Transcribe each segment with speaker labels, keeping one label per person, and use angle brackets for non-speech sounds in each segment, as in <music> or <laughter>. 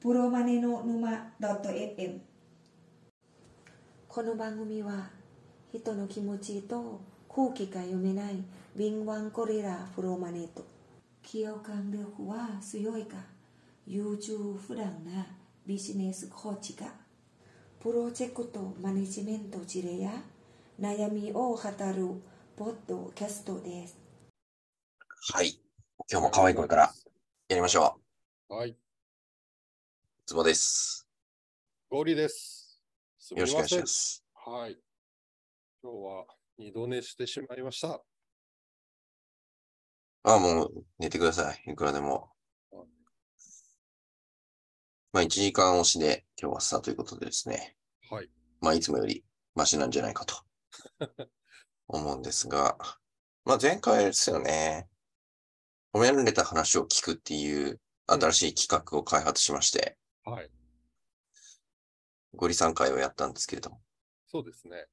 Speaker 1: プロマネの沼 .fm この番組は人の気持ちと空気が読めない敏腕コレラプロマネと企業間力は強いか優柔不断なビジネスコーチがプロジェクトマネジメント事例や悩みを語るポッドキャストです
Speaker 2: はい。今日も可愛い声からやりましょう。
Speaker 3: はい、
Speaker 2: つぼです。
Speaker 3: 合理です。す
Speaker 2: よろしくお願いし
Speaker 3: せん
Speaker 2: ま。す。
Speaker 3: はい。今日は二度寝してしまいました。
Speaker 2: ああ、もう寝てください。いくらでも
Speaker 3: うん。
Speaker 2: まあ、1時間押しで今日はスタートということでですね。
Speaker 3: はい。
Speaker 2: まあ、いつもよりマシなんじゃないかと思うんですが、まあ、前回ですよね。褒められた話を聞くっていう新しい企画を開発しまして、
Speaker 3: はい。
Speaker 2: ゴリさん会をやったんですけれども、
Speaker 3: そうですね。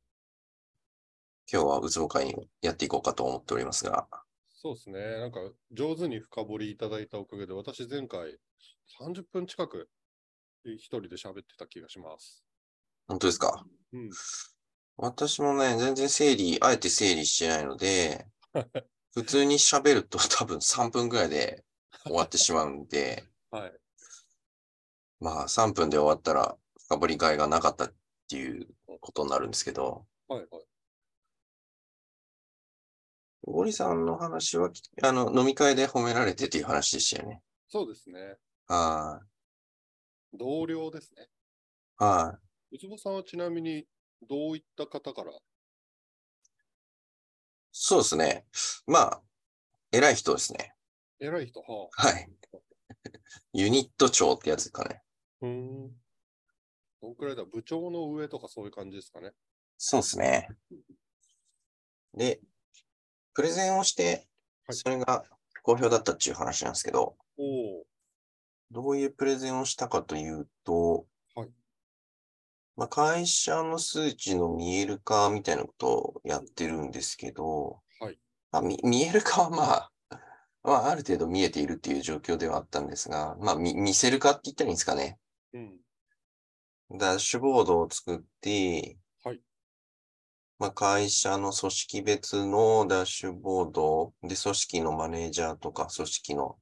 Speaker 2: 今日はウツボ会をやっていこうかと思っておりますが、
Speaker 3: そうですね。なんか上手に深掘りいただいたおかげで、私前回30分近く一人で喋ってた気がします。
Speaker 2: 本当ですか
Speaker 3: うん。
Speaker 2: 私もね、全然整理、あえて整理してないの
Speaker 3: <laughs>
Speaker 2: で、普通に喋ると <laughs> 多分3分ぐらいで終わってしまうんで、
Speaker 3: <laughs> はい。
Speaker 2: まあ3分で終わったら深掘りがいがなかったっていうことになるんですけど、
Speaker 3: はい。はい。
Speaker 2: ゴリさんの話は、あの、飲み会で褒められてっていう話でしたよね。
Speaker 3: そうですね。
Speaker 2: は
Speaker 3: 同僚ですね。
Speaker 2: い。は
Speaker 3: うつぼさんはちなみにどういった方から
Speaker 2: い。そうですね。まあ、偉い人ですね。
Speaker 3: 偉い人はあ
Speaker 2: はい。ユニット長ってやつかね。
Speaker 3: うーん。どんくらいだ部長の上とかそういう感じですかね。
Speaker 2: そうですね。で、プレゼンをして、
Speaker 3: はい
Speaker 2: それが好評だったっていう話なんですけど、
Speaker 3: おお。
Speaker 2: どういうプレゼンをしたかというと、
Speaker 3: はい
Speaker 2: まあ、会社の数値の見える化みたいなことをやってるんですけど、
Speaker 3: はい
Speaker 2: まあ、み見える化はまあ、まあ、ある程度見えているっていう状況ではあったんですが、まあ、み見せる化って言ったらいいんですかね。
Speaker 3: うん。
Speaker 2: ダッシュボードを作って、
Speaker 3: はい
Speaker 2: まあ、会社の組織別のダッシュボードで、組織のマネージャーとか組織の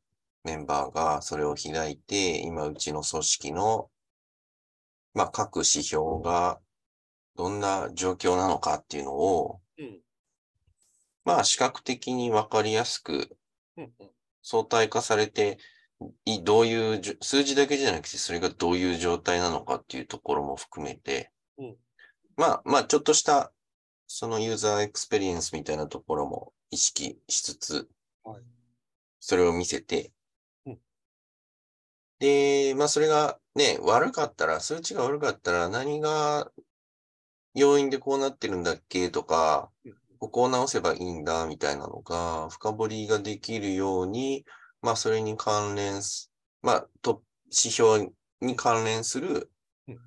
Speaker 2: メンバーがそれを開いて、今うちの組織の、まあ、各指標がどんな状況なのかっていうのを、
Speaker 3: うん。
Speaker 2: まあ、視覚的にわかりやすく
Speaker 3: うんうん。
Speaker 2: 相対化されて、いどういうじょ、数字だけじゃなくて、それがどういう状態なのかっていうところも含めて、
Speaker 3: うん
Speaker 2: まあ、まあ、ちょっとした、そのユーザーエクスペリエンスみたいなところも意識しつつ、
Speaker 3: はい
Speaker 2: それを見せて、
Speaker 3: うん
Speaker 2: で、まあ、それがね、悪かったら、数値が悪かったら、何が要因でこうなってるんだっけとか、ここを直せばいいんだみたいなのが、深掘りができるように、まあ、それに関連す、まあ、と、指標に関連する
Speaker 3: うん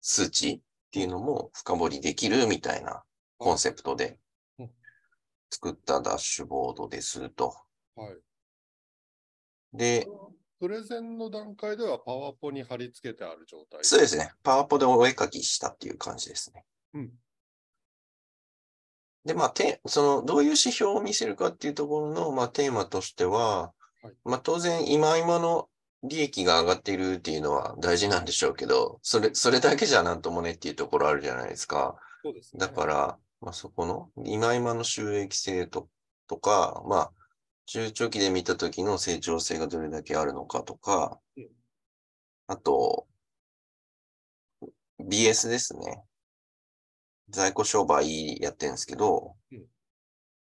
Speaker 2: 数値っていうのも深掘りできるみたいなコンセプトで
Speaker 3: うん
Speaker 2: 作ったダッシュボードですと。
Speaker 3: はい。
Speaker 2: で、
Speaker 3: プレゼンの段階ではパワポに貼り付けてある状態。
Speaker 2: そうですね。パワポでお絵描きしたっていう感じですね。
Speaker 3: うん
Speaker 2: で、まあ、て、その、どういう指標を見せるかっていうところの、まあ、テーマとしては、
Speaker 3: はい
Speaker 2: まあ、当然、今今の利益が上がっているっていうのは大事なんでしょうけど、それ、それだけじゃなんともねっていうところあるじゃないですか。
Speaker 3: そうですね。
Speaker 2: だから、まあ、そこの、今今の収益性と、とか、まあ、中長期で見た時の成長性がどれだけあるのかとか
Speaker 3: うん、
Speaker 2: あと、BS ですね。在庫商売やってるんですけど、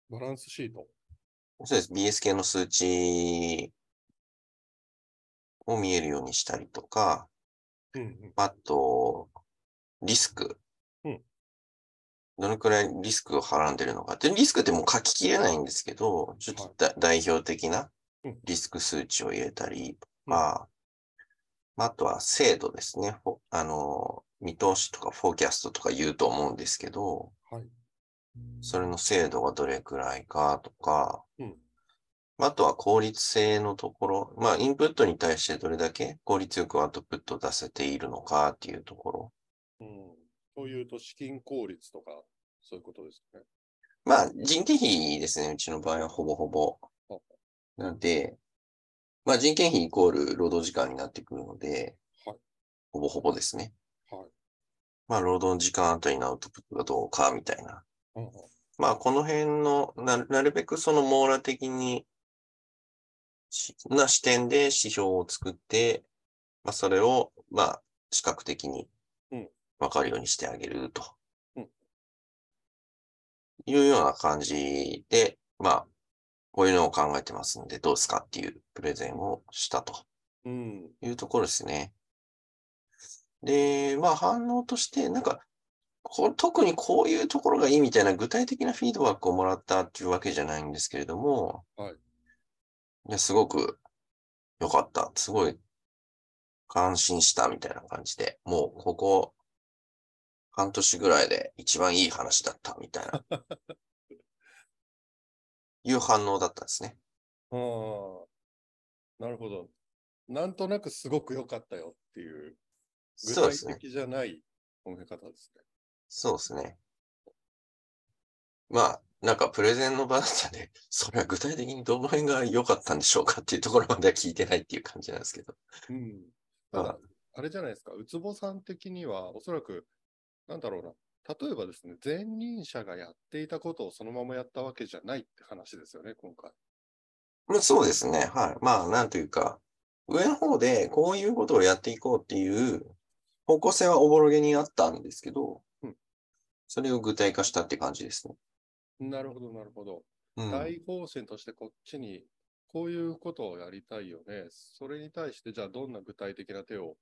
Speaker 3: バランスシート。
Speaker 2: そうです。BS 系の数値を見えるようにしたりとか、
Speaker 3: うんうん。
Speaker 2: あと、リスク。
Speaker 3: うん
Speaker 2: どのくらいリスクをはらんでるのか。で、リスクってもう書ききれないんですけど、ちょっとだ代表的な
Speaker 3: うん
Speaker 2: リスク数値を入れたりとか、まああとは精度ですね。ほあの、見通しとかフォーキャストとか言うと思うんですけど、
Speaker 3: はい。
Speaker 2: それの精度がどれくらいかとか、
Speaker 3: うん
Speaker 2: あとは効率性のところ。まあ、インプットに対してどれだけ効率よくアウトプットを出せているのかっていうところ。
Speaker 3: うん。というと、資金効率とか、そういうことですね。
Speaker 2: まあ、人件費ですね。うちの場合はほぼほぼ。なんで、まあ人件費イコール労働時間になってくるので、
Speaker 3: はい
Speaker 2: ほぼほぼですね。
Speaker 3: はい
Speaker 2: まあ労働時間あたりのアウトプットがどうかみたいな。
Speaker 3: うんうん。
Speaker 2: まあこの辺のな、なるべくその網羅的にし、な視点で指標を作って、まあそれを、まあ視覚的に
Speaker 3: うん
Speaker 2: わかるようにしてあげると。
Speaker 3: うん
Speaker 2: いうような感じで、まあ、こういうのを考えてますんで、どうですかっていうプレゼンをしたと
Speaker 3: うん。
Speaker 2: いうところですね。で、まあ反応として、なんか、こ特にこういうところがいいみたいな具体的なフィードバックをもらったっていうわけじゃないんですけれども、
Speaker 3: はい
Speaker 2: やすごく良かった。すごい感心したみたいな感じで、もうここ半年ぐらいで一番いい話だったみたい
Speaker 3: <laughs>
Speaker 2: な、いう反応だったんですね。
Speaker 3: ああ、なるほど。なんとなくすごく良かったよっていう、具
Speaker 2: そう
Speaker 3: 体
Speaker 2: ですね。
Speaker 3: 的じゃない褒め方ですね。
Speaker 2: そうですね。まあ、なんかプレゼンの場だったんで、 <laughs> それは具体的にどの辺が良かったんでしょうかっていうところまでは聞いてないっていう感じなんですけど。
Speaker 3: うん。た
Speaker 2: まあ
Speaker 3: だ、あれじゃないですか、ウツボさん的には、おそらく、なんだろうな、例えばですね、前任者がやっていたことをそのままやったわけじゃないって話ですよね、今回。
Speaker 2: まあそうですね。はい。まあ、なんというか、上の方でこういうことをやっていこうっていう方向性はおぼろげにあったんですけど
Speaker 3: うん、
Speaker 2: それを具体化したって感じですね。
Speaker 3: なるほど、なるほど。
Speaker 2: うん
Speaker 3: 大方針としてこっちに、こういうことをやりたいよね。それに対して、じゃあどんな具体的な手を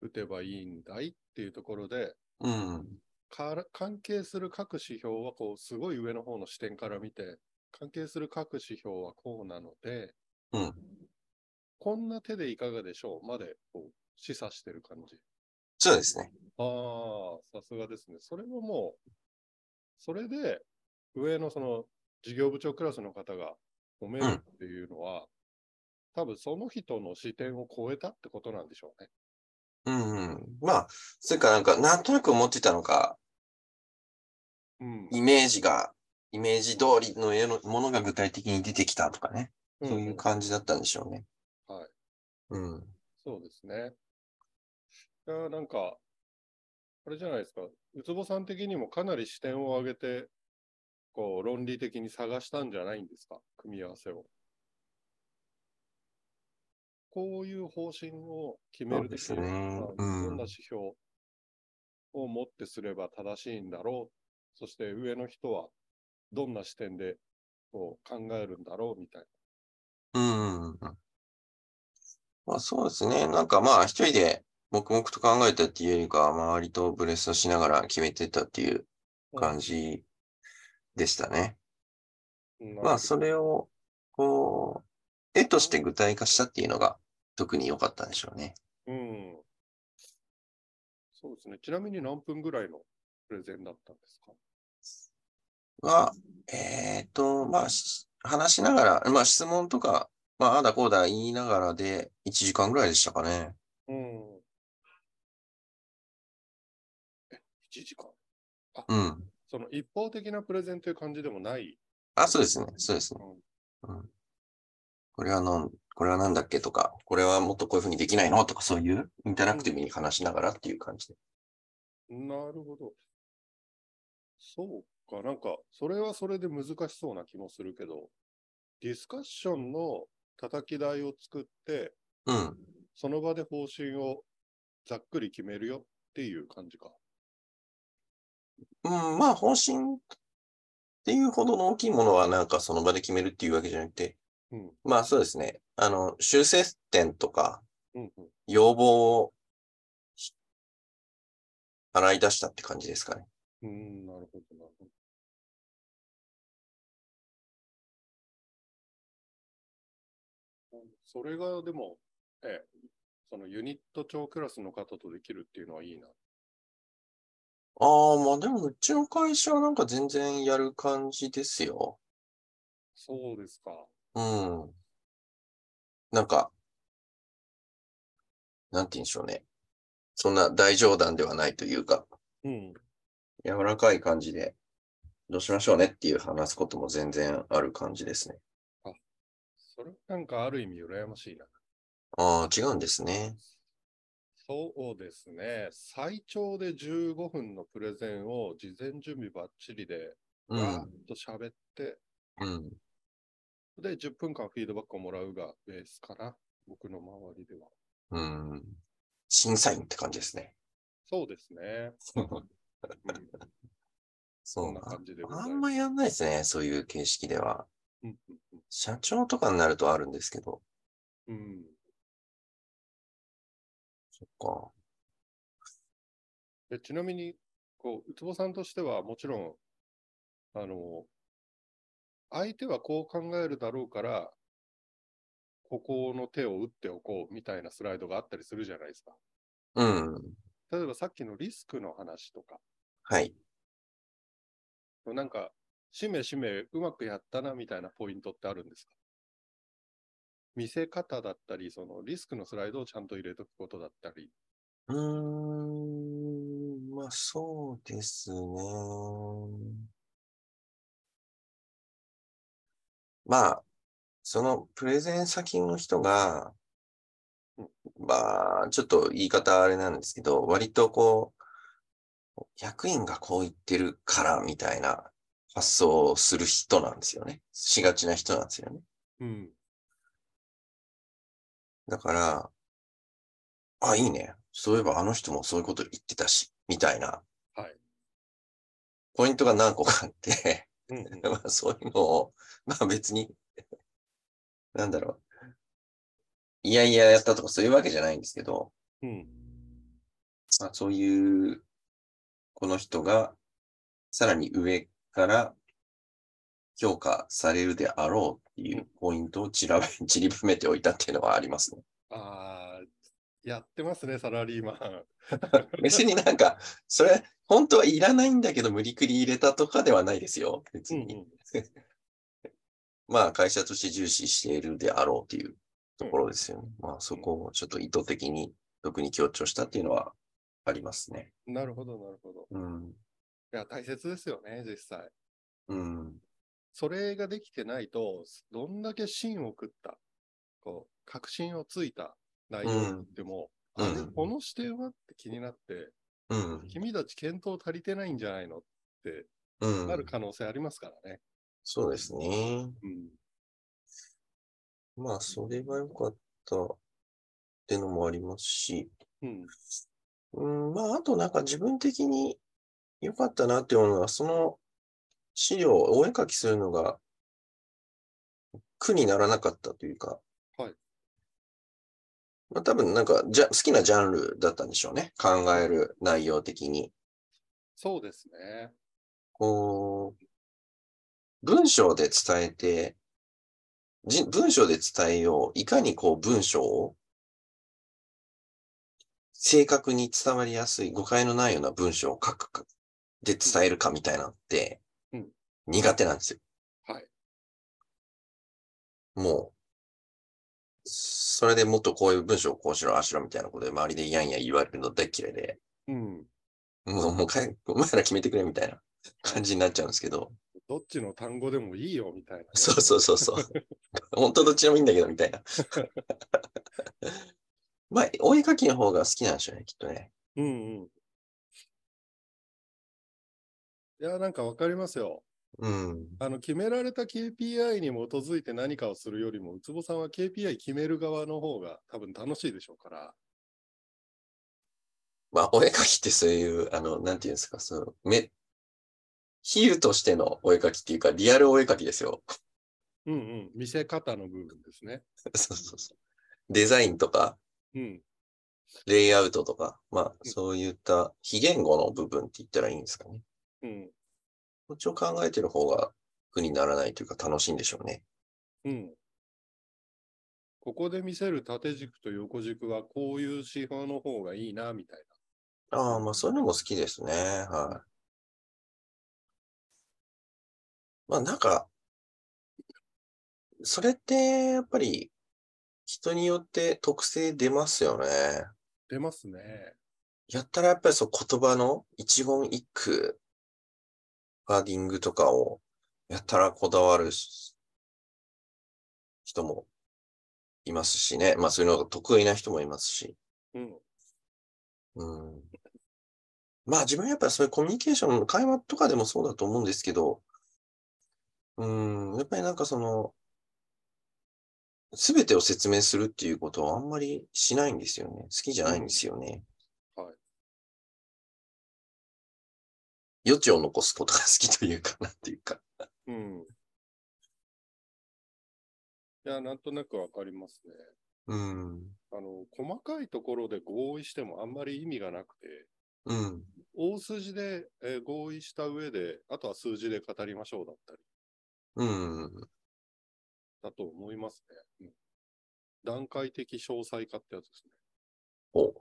Speaker 3: 打てばいいんだいっていうところで、
Speaker 2: うん。
Speaker 3: から関係する各指標はこうすごい上の方の視点から見て関係する各指標はこうなので、
Speaker 2: うん
Speaker 3: こんな手でいかがでしょうまでこう示唆してる感じ
Speaker 2: そうですね。
Speaker 3: ああさすがですねそれももうそれで上のその事業部長クラスの方が褒めるっていうのは、多分その人の視点を超えたってことなんでしょうね
Speaker 2: うんうん。まあ、それかなんか、なんとなく思ってたのか、
Speaker 3: うん
Speaker 2: イメージが、イメージ通りの絵のものが具体的に出てきたとかね。そういう感じだったんでしょうね。
Speaker 3: はい。
Speaker 2: うん。
Speaker 3: そうですね。いやーなんか、あれじゃないですか、ウツボさん的にもかなり視点を上げて、こう、論理的に探したんじゃないんですか、組み合わせを。こういう方針を決めるとき
Speaker 2: そうですね
Speaker 3: まあ
Speaker 2: うん
Speaker 3: どんな指標をもってすれば正しいんだろう、そして上の人はどんな視点でこう考えるんだろうみたい
Speaker 2: うんうんうん。まあそうですね。なんかまあ一人で黙々と考えたっていうよりかは、周りとブレストしながら決めてったっていう
Speaker 3: な。
Speaker 2: 感じでしたね。
Speaker 3: うん
Speaker 2: まあそれを、こう、絵として具体化したっていうのが特に良かったんでしょうね。
Speaker 3: うん。そうですね。ちなみに何分ぐらいのプレゼンだったんですか
Speaker 2: は、えっと、まあ、し話しながら、まあ、質問とか、まあ、あだこうだ言いながらで、1時間ぐらいでしたかね。
Speaker 3: うん。え、1時間
Speaker 2: うん。
Speaker 3: その一方的なプレゼンという感じでもない。
Speaker 2: あ、そうですね。そうですね。うん。これはの、これはなんだっけとか、これはもっとこういうふうにできないのとか、そういうインタラクティブに話しながらっていう感じで。
Speaker 3: なるほど。そうか。なんか、それはそれで難しそうな気もするけど、ディスカッションの叩き台を作って、
Speaker 2: うん。
Speaker 3: その場で方針をざっくり決めるよっていう感じか。
Speaker 2: うん、まあ、方針っていうほどの大きいものは、なんかその場で決めるっていうわけじゃなくて、
Speaker 3: うん。
Speaker 2: まあ、そうですね。あの、修正点とか、
Speaker 3: うん、うん。
Speaker 2: 要望をひ洗い出したって感じですかね。
Speaker 3: うーん、なるほど、なるほど。うんそれがでも、ええ、そのユニット長クラスの方とできるっていうのはいいな。
Speaker 2: ああ、まあでもうちの会社はなんか全然やる感じですよ。
Speaker 3: そうですか。
Speaker 2: うん。なんか、なんて言うんでしょうね。そんな大冗談ではないというか、
Speaker 3: うん。
Speaker 2: 柔らかい感じで、どうしましょうねっていう話すことも全然ある感じですね。
Speaker 3: それなんかある意味羨ましいな。
Speaker 2: ああ、違うんですね。
Speaker 3: そうですね。最長で15分のプレゼンを事前準備ばっちりで、
Speaker 2: う
Speaker 3: ガー
Speaker 2: ん
Speaker 3: ッ。と喋って、
Speaker 2: うん。
Speaker 3: で、10分間フィードバックをもらうがベースかな。僕の周りでは。
Speaker 2: うん。審査員って感じですね。
Speaker 3: <laughs> そうですね。うん
Speaker 2: そう
Speaker 3: そんな
Speaker 2: か
Speaker 3: 感じでございま
Speaker 2: あ
Speaker 3: す。
Speaker 2: んまやんないですね。そういう形式では。
Speaker 3: うんうんうん
Speaker 2: 社長とかになるとあるんですけど。
Speaker 3: うん。
Speaker 2: そっか。
Speaker 3: でちなみに、こう、ウツボさんとしては、もちろん、あの、相手はこう考えるだろうから、ここの手を打っておこうみたいなスライドがあったりするじゃないですか。
Speaker 2: うん。
Speaker 3: 例えばさっきのリスクの話とか、
Speaker 2: はい。
Speaker 3: なんか、しめしめうまくやったなみたいなポイントってあるんですか見せ方だったり、そのリスクのスライドをちゃんと入れとくことだったり。
Speaker 2: うーん。まあ、そうですね。まあ、そのプレゼン先の人が
Speaker 3: うん、
Speaker 2: まあ、ちょっと言い方あれなんですけど、割とこう、役員がこう言ってるからみたいな発想をする人なんですよね。しがちな人なんですよね。
Speaker 3: うん。
Speaker 2: だから、あ、いいね。そういえばあの人もそういうこと言ってたし、みたいな。
Speaker 3: はい。
Speaker 2: ポイントが何個かあって、 <laughs>
Speaker 3: うん <laughs> うん
Speaker 2: まあそういうのを、まあ別に、 <laughs> なんだろう。いやいややったとかそういうわけじゃないんですけど、
Speaker 3: うん。
Speaker 2: まあそういう、この人が、さらに上から評価されるであろうっていうポイントをちらべ、ちりばめておいたっていうのはありますね。
Speaker 3: ああ、やってますね、サラリーマン。
Speaker 2: <laughs> 別になんか、それ、本当はいらないんだけど、無理くり入れたとかではないですよ。別
Speaker 3: うんう
Speaker 2: に。
Speaker 3: ん
Speaker 2: まあ、会社として重視しているであろうというところですよね。まあ、そこをちょっと意図的に、特に強調したっていうのはありますね。
Speaker 3: なるほど、なるほど。
Speaker 2: うん。
Speaker 3: いや、大切ですよね、実際。
Speaker 2: うん。
Speaker 3: それができてないと、どんだけ芯を食った、こう、確信をついた内容でも、
Speaker 2: うん
Speaker 3: あれ、
Speaker 2: うん
Speaker 3: この視点はって気になって、
Speaker 2: うん。
Speaker 3: 君たち検討足りてないんじゃないのって
Speaker 2: うん。
Speaker 3: なる可能性ありますからね。
Speaker 2: そうですね。
Speaker 3: うん。
Speaker 2: まあ、それは良かったってのもありますし、
Speaker 3: うん。
Speaker 2: うん、まあ、あとなんか自分的に良かったなって思うのは、その資料をお絵描きするのが苦にならなかったというか、
Speaker 3: はい。
Speaker 2: まあ多分なんかじゃ好きなジャンルだったんでしょうね。考える内容的に。
Speaker 3: そうですね。
Speaker 2: こう、文章で伝えて、じ文章で伝えよう。いかにこう文章を正確に伝わりやすい、誤解のないような文章を書くか、で伝えるかみたいなのって
Speaker 3: うん、
Speaker 2: 苦手なんですよ。
Speaker 3: はい。
Speaker 2: もう、それでもっとこういう文章をこうしろ、ああしろみたいなことで周りでやんや言われるの大っ嫌いで、
Speaker 3: うん。
Speaker 2: もう、もうかい、お前ら決めてくれみたいな感じになっちゃうんですけど。
Speaker 3: どっちの単語でもいいよ、みたい
Speaker 2: <laughs>
Speaker 3: なね。
Speaker 2: そうそうそうそう。本当どっちでもいいんだけど、みたいな。 <laughs> まあ、お絵描きの方が好きなんでしょうね、きっとね。
Speaker 3: うんうん。いや、なんかわかりますよ。
Speaker 2: うん。
Speaker 3: あの、決められた KPI に基づいて何かをするよりも、ウツボさんは KPI 決める側の方が多分楽しいでしょうから。
Speaker 2: まあ、お絵描きってそういう、あの、なんていうんですか、そう、め、比喩としてのお絵描きっていうか、リアルお絵描きですよ。 <laughs>
Speaker 3: うんうん。見せ方の部分ですね。
Speaker 2: そうそうそう。デザインとか、
Speaker 3: うん。
Speaker 2: レイアウトとか、まあ、
Speaker 3: うん
Speaker 2: そういった非言語の部分って言ったらいいんですかね。
Speaker 3: うん。
Speaker 2: こっちを考えてる方が苦にならないというか楽しいんでしょうね。
Speaker 3: うん。ここで見せる縦軸と横軸はこういう指標の方がいいな、みたい
Speaker 2: ああ、まあ、そういうのも好きですね。はい。まあ、なんか、それって、やっぱり、人によって特性出ますよね。
Speaker 3: 出ますね。
Speaker 2: やったらやっぱりそう言葉の一言一句、ワーディングとかをやったらこだわるし人もいますしね。まあそういうのが得意な人もいますし。
Speaker 3: うん。
Speaker 2: うん。まあ自分はやっぱりそういうコミュニケーションの会話とかでもそうだと思うんですけど、うん、やっぱりなんかその、すべてを説明するっていうことをあんまりしないんですよね。好きじゃないんですよね。余地を残すことが好きというか、なんていうか。
Speaker 3: うん。いや、なんとなくわかりますね。
Speaker 2: うん。
Speaker 3: あの、細かいところで合意してもあんまり意味がなくて、
Speaker 2: うん。
Speaker 3: 大筋で、えー合意した上で、あとは数字で語りましょうだったり
Speaker 2: うん。
Speaker 3: だと思いますね。うん段階的詳細化ってやつですね。
Speaker 2: お
Speaker 3: い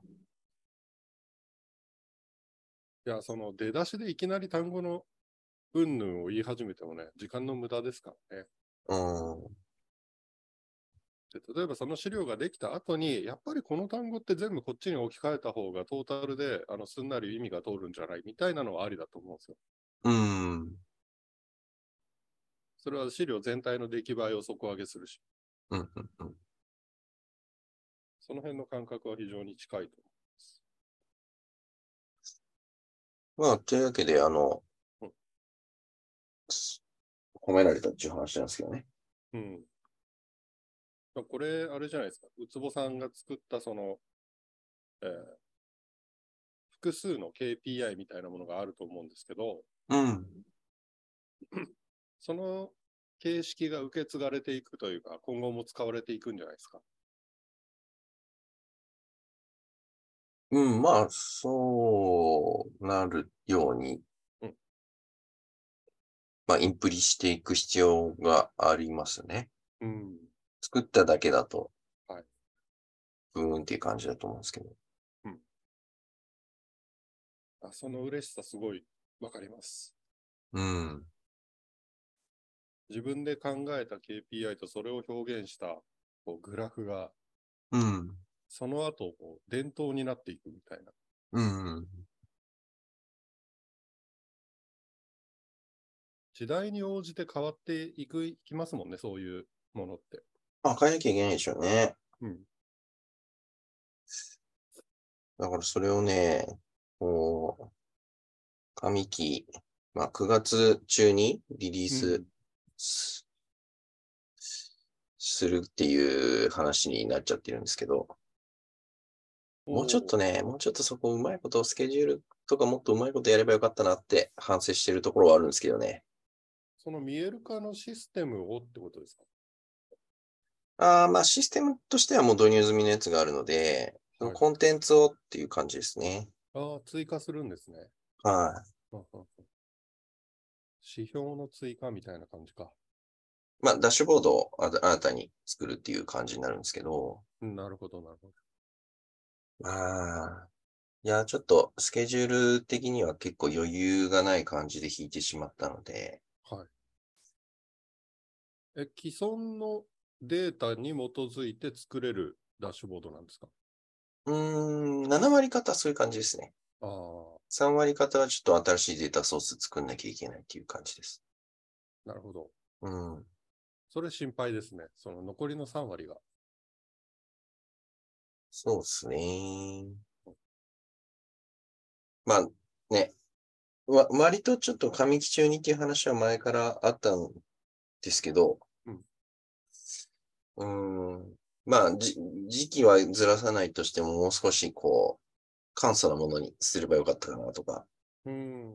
Speaker 3: や、その出だしでいきなり単語のうんぬんを言い始めてもね、時間の無駄ですからね。
Speaker 2: うん。
Speaker 3: で例えばその資料ができた後に、やっぱりこの単語って全部こっちに置き換えた方がトータルであのすんなり意味が通るんじゃないみたいなのはありだと思うんですよ。
Speaker 2: うん。
Speaker 3: それは資料全体の出来栄えを底上げするし、
Speaker 2: うん。うんうん
Speaker 3: その辺の感覚は非常に近いと
Speaker 2: まあ、というわけで、あの
Speaker 3: うん、
Speaker 2: す褒められたっていう話なんですけどね。
Speaker 3: 思う。うん。これ、あれじゃないですか。ウツボさんが作ったその、えー複数の KPI みたいなものがあると思うんですけど、
Speaker 2: うん。
Speaker 3: その形式が受け継がれていくというか、今後も使われていくんじゃないですか。
Speaker 2: うん。まあ、そうなるように
Speaker 3: うん、
Speaker 2: まあ、インプリしていく必要がありますね。
Speaker 3: うん。
Speaker 2: 作っただけだと、
Speaker 3: はい
Speaker 2: ブーンっていう感じだと思うんですけど。
Speaker 3: あその嬉しさすごいわかります。
Speaker 2: うん。
Speaker 3: 自分で考えた KPI とそれを表現したこうグラフが、
Speaker 2: うん。
Speaker 3: その後こう伝統になっていくみたいな。
Speaker 2: うん。
Speaker 3: 時代に応じて変わっていく、いきますもんね、そういうものって。
Speaker 2: まあ、変えなきゃいけないでしょうね。
Speaker 3: うん。
Speaker 2: だからそれをね、こう、上期、まあ、9月中にリリー
Speaker 3: う
Speaker 2: ス
Speaker 3: ん
Speaker 2: す,、るっていう話になっちゃってるんですけど、もうちょっとね、もうちょっとそこうまいことスケジュールとかもっとうまいことやればよかったなって反省してるところはあるんですけどね。
Speaker 3: その見える化のシステムをってことですか
Speaker 2: あーまあ、システムとしてはもう導入済みのやつがあるので、
Speaker 3: はい
Speaker 2: コンテンツをっていう感じですね。
Speaker 3: ああ、追加するんですね。
Speaker 2: はい。
Speaker 3: うんうんうん指標の追加みたいな感じか。
Speaker 2: まあ、ダッシュボードをあ新たに作るっていう感じになるんですけど、
Speaker 3: うんなるほど、なるほど。
Speaker 2: まあ、いや、ちょっとスケジュール的には結構余裕がない感じで引いてしまったので、
Speaker 3: え、既存のデータに基づいて作れるダッシュボードなんですか
Speaker 2: うーん、7割方そういう感じですね。
Speaker 3: ああ、
Speaker 2: 3割方はちょっと新しいデータソース作んなきゃいけないっていう感じです。
Speaker 3: なるほど。
Speaker 2: うん。
Speaker 3: それ心配ですね。その残りの3割が。
Speaker 2: そうですね。まあ、ね。わ、割とちょっと上期中にっていう話は前からあったんですけど、
Speaker 3: うん
Speaker 2: うん。ん。まあ、じ、時期はずらさないとしても、もう少しこう、簡素なものにすればよかったかなとか。
Speaker 3: うん。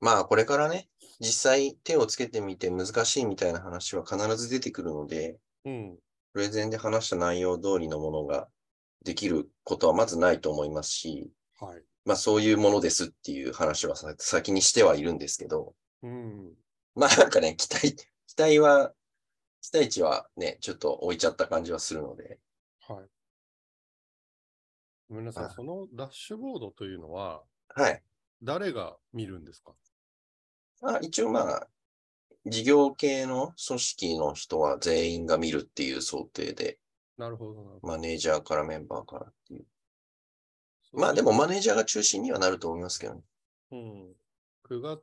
Speaker 2: まあ、これからね、実際手をつけてみて難しいみたいな話は必ず出てくるので、
Speaker 3: うん。
Speaker 2: プレゼンで話した内容通りのものができることはまずないと思いますし、
Speaker 3: はい。
Speaker 2: まあそういうものですっていう話はさ先にしてはいるんですけど、
Speaker 3: うん。
Speaker 2: まあなんかね、期待、期待は、期待値はね、ちょっと置いちゃった感じはするので、
Speaker 3: はい。ごめんなさい
Speaker 2: は。い
Speaker 3: そのダッシュボードというのは、
Speaker 2: はい。
Speaker 3: 誰が見るんですか
Speaker 2: まあ一応まあ、事業系の組織の人は全員が見るっていう想定で、
Speaker 3: なるほど、なるほど。
Speaker 2: マネージャーからメンバーからっていう。
Speaker 3: そう
Speaker 2: まあでも、マネージャーが中心にはなると思いますけどね。
Speaker 3: うん。9月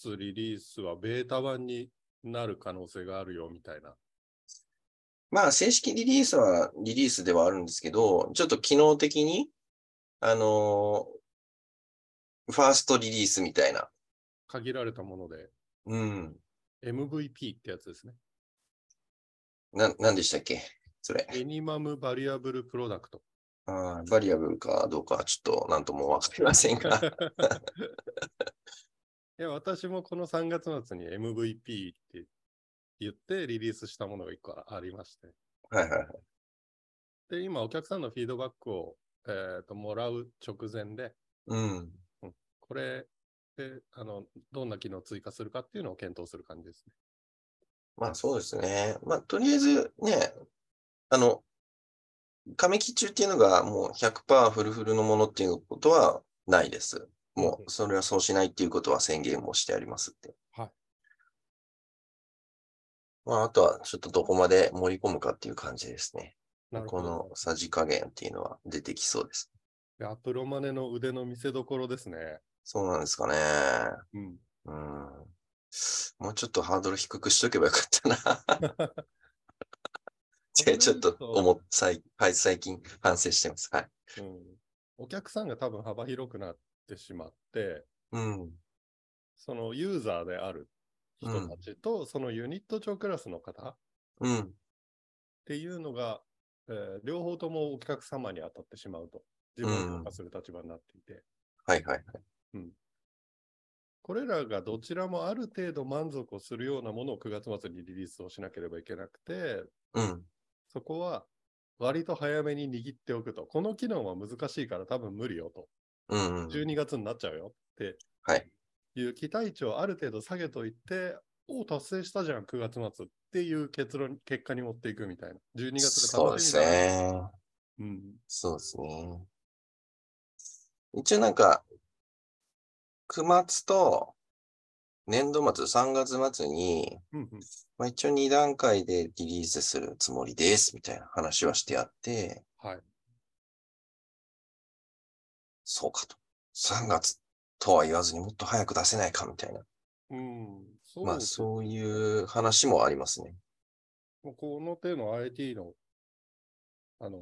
Speaker 3: 末リリースはベータ版になる可能性があるよみたいな。
Speaker 2: まあ正式リリースはリリースではあるんですけど、ちょっと機能的に、あのーファーストリリースみたいな。
Speaker 3: 限られたもので、
Speaker 2: うん。
Speaker 3: MVP ってやつ <laughs> ですね。
Speaker 2: な、なんでしたっけそれ。
Speaker 3: ミニマムバリアブルプロダクト。 <laughs>
Speaker 2: あーバリアブルかどうかはちょっとなんともわかりません
Speaker 3: <laughs>
Speaker 2: が。
Speaker 3: いや、私もこの3月末に MVP って言ってリリースしたものが1個ありまして。
Speaker 2: はいはいはい。
Speaker 3: で、今お客さんのフィードバックを、えーともらう直前で、
Speaker 2: うん。
Speaker 3: これであの、どんな機能を追加するかっていうのを検討する感じですね。
Speaker 2: まあそうですね。まあとりあえずね、あの、亀期中っていうのがもう100%フルフルのものっていうことはないです。もうそれはそうしないっていうことは宣言もしてありますって。
Speaker 3: はい。
Speaker 2: まああとはちょっとどこまで盛り込むかっていう感じですね。
Speaker 3: なるほ
Speaker 2: こ
Speaker 3: ど
Speaker 2: のさじ加減っていうのは出てきそうです。
Speaker 3: いや、プロマネの腕の見せ所ですね。
Speaker 2: そうなんですかね。
Speaker 3: うん。
Speaker 2: うん。もうちょっとハードル低くしとけばよか
Speaker 3: <laughs>
Speaker 2: ったな。でちょっと思っ最はい、最近反省してます。はい。
Speaker 3: うん、お客さんが多分幅広くなってしまって、
Speaker 2: うん。
Speaker 3: そのユーザーである人たちと、そのユニット長クラスの方っ
Speaker 2: うん。
Speaker 3: ていうのが、えー両方ともお客様に当たってしまうと、自分を評価する立場になっていて、
Speaker 2: はいはいはい。
Speaker 3: これらがどちらもある程度満足をするようなものを9月末にリリースをしなければいけなくて、
Speaker 2: うん。
Speaker 3: そこは割と早めに握っておくと、この機能は難しいから多分無理よと、
Speaker 2: うん、うん。
Speaker 3: 12月になっちゃうよって
Speaker 2: はい
Speaker 3: いう期待値をある程度下げといて、おお、達成したじゃん、9月末っていう結論、結果に持っていくみたいな。12月
Speaker 2: そうです
Speaker 3: 楽しみだな。
Speaker 2: ね。
Speaker 3: うん。
Speaker 2: そうですね。一応なんか、9月と年度末、3月末に、
Speaker 3: うんうん
Speaker 2: まあ、一応2段階でリリースするつもりですみたいな話はしてあって、
Speaker 3: はい。
Speaker 2: そうかと。3月とは言わずにもっと早く出せないかみたいな。
Speaker 3: うん。そう
Speaker 2: まあそういう話もありますね。
Speaker 3: もうこの手の IT の、あの、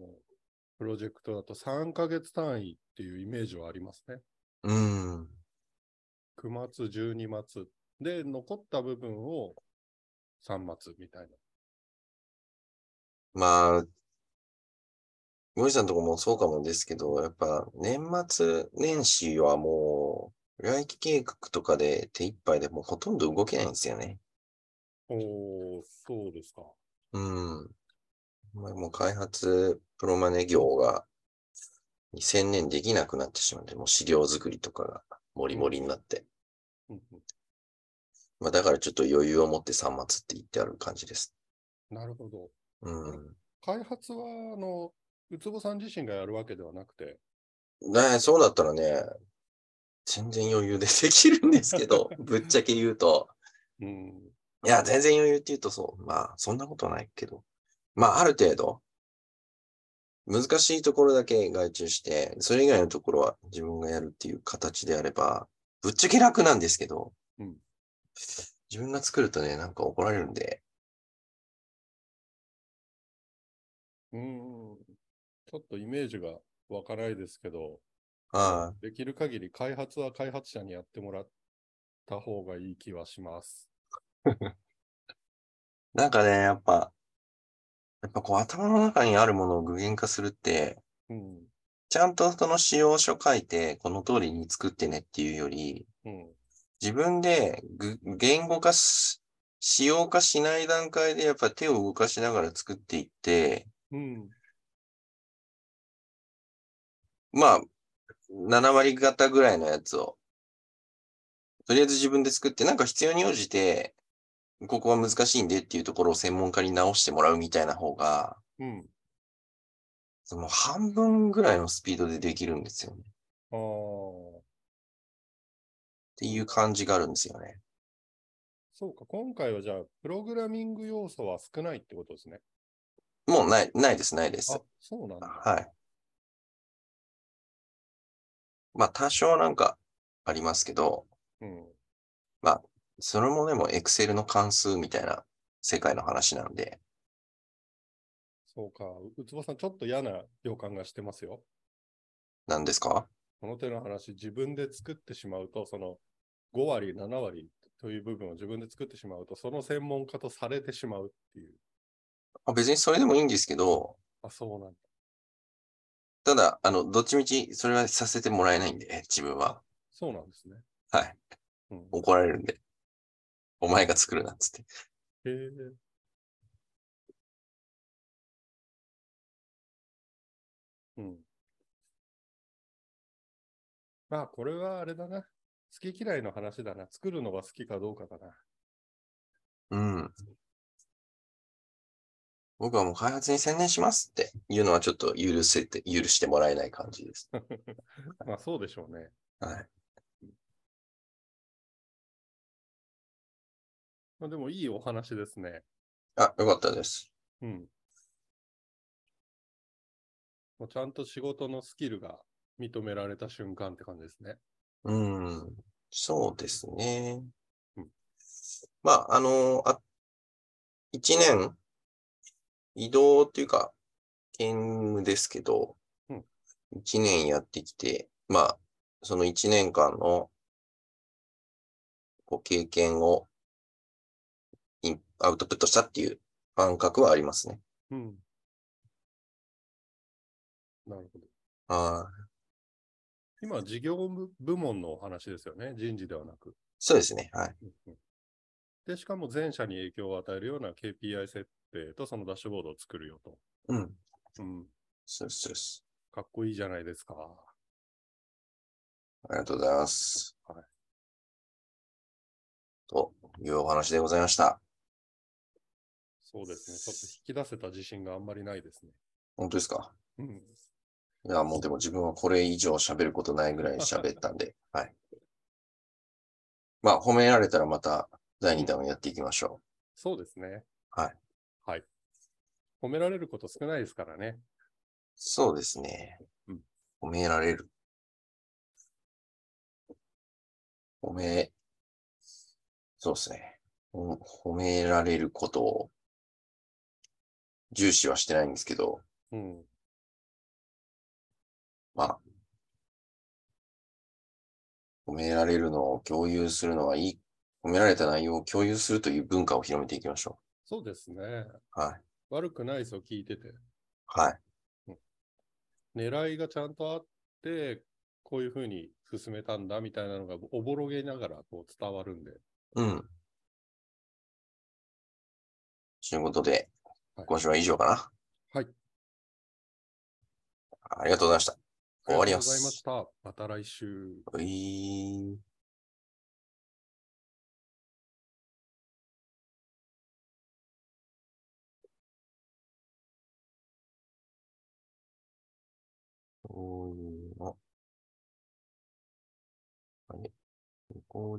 Speaker 3: プロジェクトだと3ヶ月単位っていうイメージはありますね。
Speaker 2: うん。
Speaker 3: 9末、12末。で、残った部分を3末みたいな。
Speaker 2: まあ、ヨイさんとこもそうかもですけど、やっぱ年末年始はもう、来期計画とかで手一杯でもうほとんど動けないんですよね。
Speaker 3: おー、そうですか。
Speaker 2: うん。まあもう開発プロマネ業が専念できなくなってしまって、もう資料作りとかがモリモリになって。
Speaker 3: うんうん
Speaker 2: まあだからちょっと余裕を持って三末って言ってある感じです。
Speaker 3: なるほど。
Speaker 2: うん。
Speaker 3: 開発は、あの、ウツボさん自身がやるわけではなくて、
Speaker 2: ねえ、そうだったらね、全然余裕でできるんですけ
Speaker 3: <laughs>
Speaker 2: ど、ぶっちゃけ言うと。
Speaker 3: うん、
Speaker 2: いや、全然余裕って言うとそう。まあ、そんなことはないけど。まあ、ある程度、難しいところだけ外注して、それ以外のところは自分がやるっていう形であれば、ぶっちゃけ楽なんですけど、
Speaker 3: うん
Speaker 2: 自分が作るとね、なんか怒られるんで、
Speaker 3: うん、ちょっとイメージが湧かないですけど、
Speaker 2: ああ、
Speaker 3: できる限り開発は開発者にやってもらった方がいい気はします。
Speaker 2: なんかね、やっぱ、やっぱこう頭の中にあるものを具現化するって、
Speaker 3: うん、
Speaker 2: ちゃんとその使用書書いて、この通りに作ってねっていうより、
Speaker 3: うん、
Speaker 2: 自分でぐ言語化し、使用化しない段階でやっぱ手を動かしながら作っていって、
Speaker 3: うん、
Speaker 2: まあ、7割型ぐらいのやつを、とりあえず自分で作って、なんか必要に応じて、ここは難しいんでっていうところを専門家に直してもらうみたいな方が、
Speaker 3: うん。
Speaker 2: その半分ぐらいのスピードでできるんですよね。っ
Speaker 3: ああ、
Speaker 2: ていう感じがあるんですよね。
Speaker 3: そうか、今回はじゃあ、プログラミング要素は少ないってことですね。
Speaker 2: もうない、ないです、ないです
Speaker 3: あ。、そうなんだ。
Speaker 2: はい。まあ、多少なんかありますけど、
Speaker 3: うん。
Speaker 2: それもでも Excel の関数みたいな世界の話なんで、
Speaker 3: そうか、うつぼさん、ちょっと嫌な予感がしてますよ。
Speaker 2: なんですか
Speaker 3: この手の話、自分で作ってしまうと、その5割、7割という部分を自分で作ってしまうと、その専門家とされてしまうっていう。
Speaker 2: あ別にそれでもいいんですけど、
Speaker 3: あ、そうなんだ。
Speaker 2: ただ、あの、どっちみちそれはさせてもらえないんで、自分は。
Speaker 3: そうなんですね。
Speaker 2: はい。
Speaker 3: うん、
Speaker 2: 怒られるんで。お前が作るなっつって。
Speaker 3: へえ。うん。まあ、これはあれだな。好き嫌いの話だな。作るのが好きかどうかだな。
Speaker 2: うん。僕はもう開発に専念しますっていうのはちょっと許せて、許してもらえない感じです。
Speaker 3: まあ、そうでしょうね。
Speaker 2: はい。
Speaker 3: まあ、でもいいお話ですね。
Speaker 2: あ、よかったです。
Speaker 3: うん。もうちゃんと仕事のスキルが認められた瞬間って感じですね。
Speaker 2: うん。そうですね
Speaker 3: うん。
Speaker 2: まあ、あの、あ、一年、移動っていうか、兼務ですけど
Speaker 3: うん、
Speaker 2: 一年やってきて、まあ、その一年間の、こう、経験を、インアウトプットしたっていう感覚はありますね。
Speaker 3: うん。なるほど。
Speaker 2: はい。
Speaker 3: 今、事業部部門のお話ですよね。人事ではなく。
Speaker 2: そうですね。はい。
Speaker 3: で、しかも全社に影響を与えるような KPI 設定とそのダッシュボードを作るよと。
Speaker 2: うん。
Speaker 3: うん。
Speaker 2: そうですそうです。
Speaker 3: かっこいいじゃないですか。
Speaker 2: ありがとうございます。
Speaker 3: はい
Speaker 2: というお話でございました。
Speaker 3: そうですね。ちょっと引き出せた自信があんまりないですね。
Speaker 2: 本当ですか
Speaker 3: うん。
Speaker 2: いや、もうでも自分はこれ以上喋ることないぐらい喋ったん
Speaker 3: <laughs>
Speaker 2: で、はい。まあ、褒められたらまた第2弾をやっていきましょ
Speaker 3: そうですね。
Speaker 2: はい。
Speaker 3: はい。褒められること少ないですからね。
Speaker 2: う。そうですね
Speaker 3: うん。
Speaker 2: 褒められる。褒め、そうですね。ほ褒められることを重視はしてないんですけど、
Speaker 3: うん。
Speaker 2: まあ、褒められるのを共有するのはいい、褒められた内容を共有するという文化を広めていきましょ
Speaker 3: そうですね。
Speaker 2: う。はい。
Speaker 3: 悪くないですよ、聞いてて。
Speaker 2: はい。
Speaker 3: 狙いがちゃんとあって、こういうふうに進めたんだみたいなのがおぼろげながらこう伝わるんで。
Speaker 2: うん。ということで
Speaker 3: はい、
Speaker 2: 今週は以上かな。
Speaker 3: はい。
Speaker 2: ありがとうございました。終わります
Speaker 3: ありがとうございました。また来週。
Speaker 2: ういーんこういうの。あれここで